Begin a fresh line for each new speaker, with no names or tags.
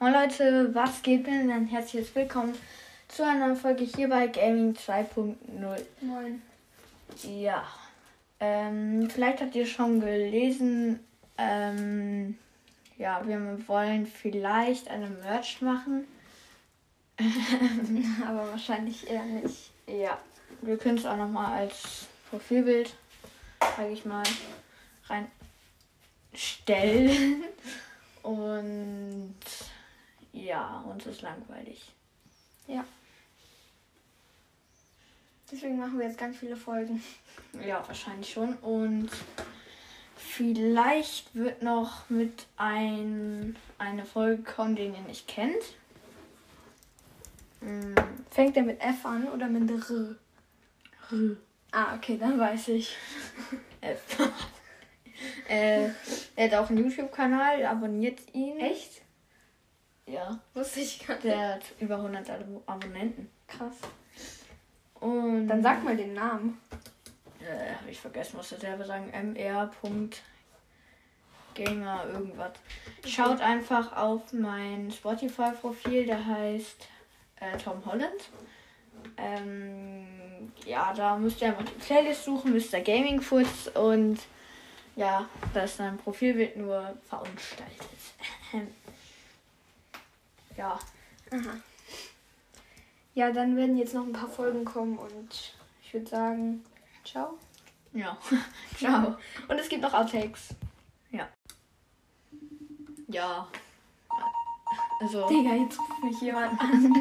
Moin Leute, was geht denn? Ein herzliches Willkommen zu einer neuen Folge hier bei Gaming 2.0.
Moin.
Ja, ähm, vielleicht habt ihr schon gelesen, ähm, ja, wir wollen vielleicht eine Merch machen.
Aber wahrscheinlich eher nicht.
Ja, wir können es auch nochmal als Profilbild, sage ich mal, reinstellen. Und ja, uns ist langweilig.
Deswegen machen wir jetzt ganz viele Folgen.
Ja, wahrscheinlich schon. Und vielleicht wird noch mit ein, eine Folge kommen, den ihr nicht kennt. Mm,
Fängt der mit F an oder mit R?
R.
Ah, okay, dann weiß ich.
F. äh, er hat auch einen YouTube-Kanal, abonniert ihn.
Echt?
Ja.
Wusste ich gar nicht.
Der hat über 100 Abo- Abonnenten.
Krass.
Und
Dann sag mal den Namen.
Äh, hab ich vergessen, musste selber sagen. mr.gamer irgendwas. Schaut einfach auf mein Spotify-Profil, der heißt äh, Tom Holland. Ähm, ja, da müsst ihr einfach die Playlist suchen, Mr. Gaming Foods und ja, da ist ein Profilbild nur verunstaltet. ja,
Aha. Ja, dann werden jetzt noch ein paar Folgen kommen und ich würde sagen, ciao.
ja. Ciao.
Und es gibt noch Outtakes.
Ja. Also.
Digga, jetzt ruft mich jemand an.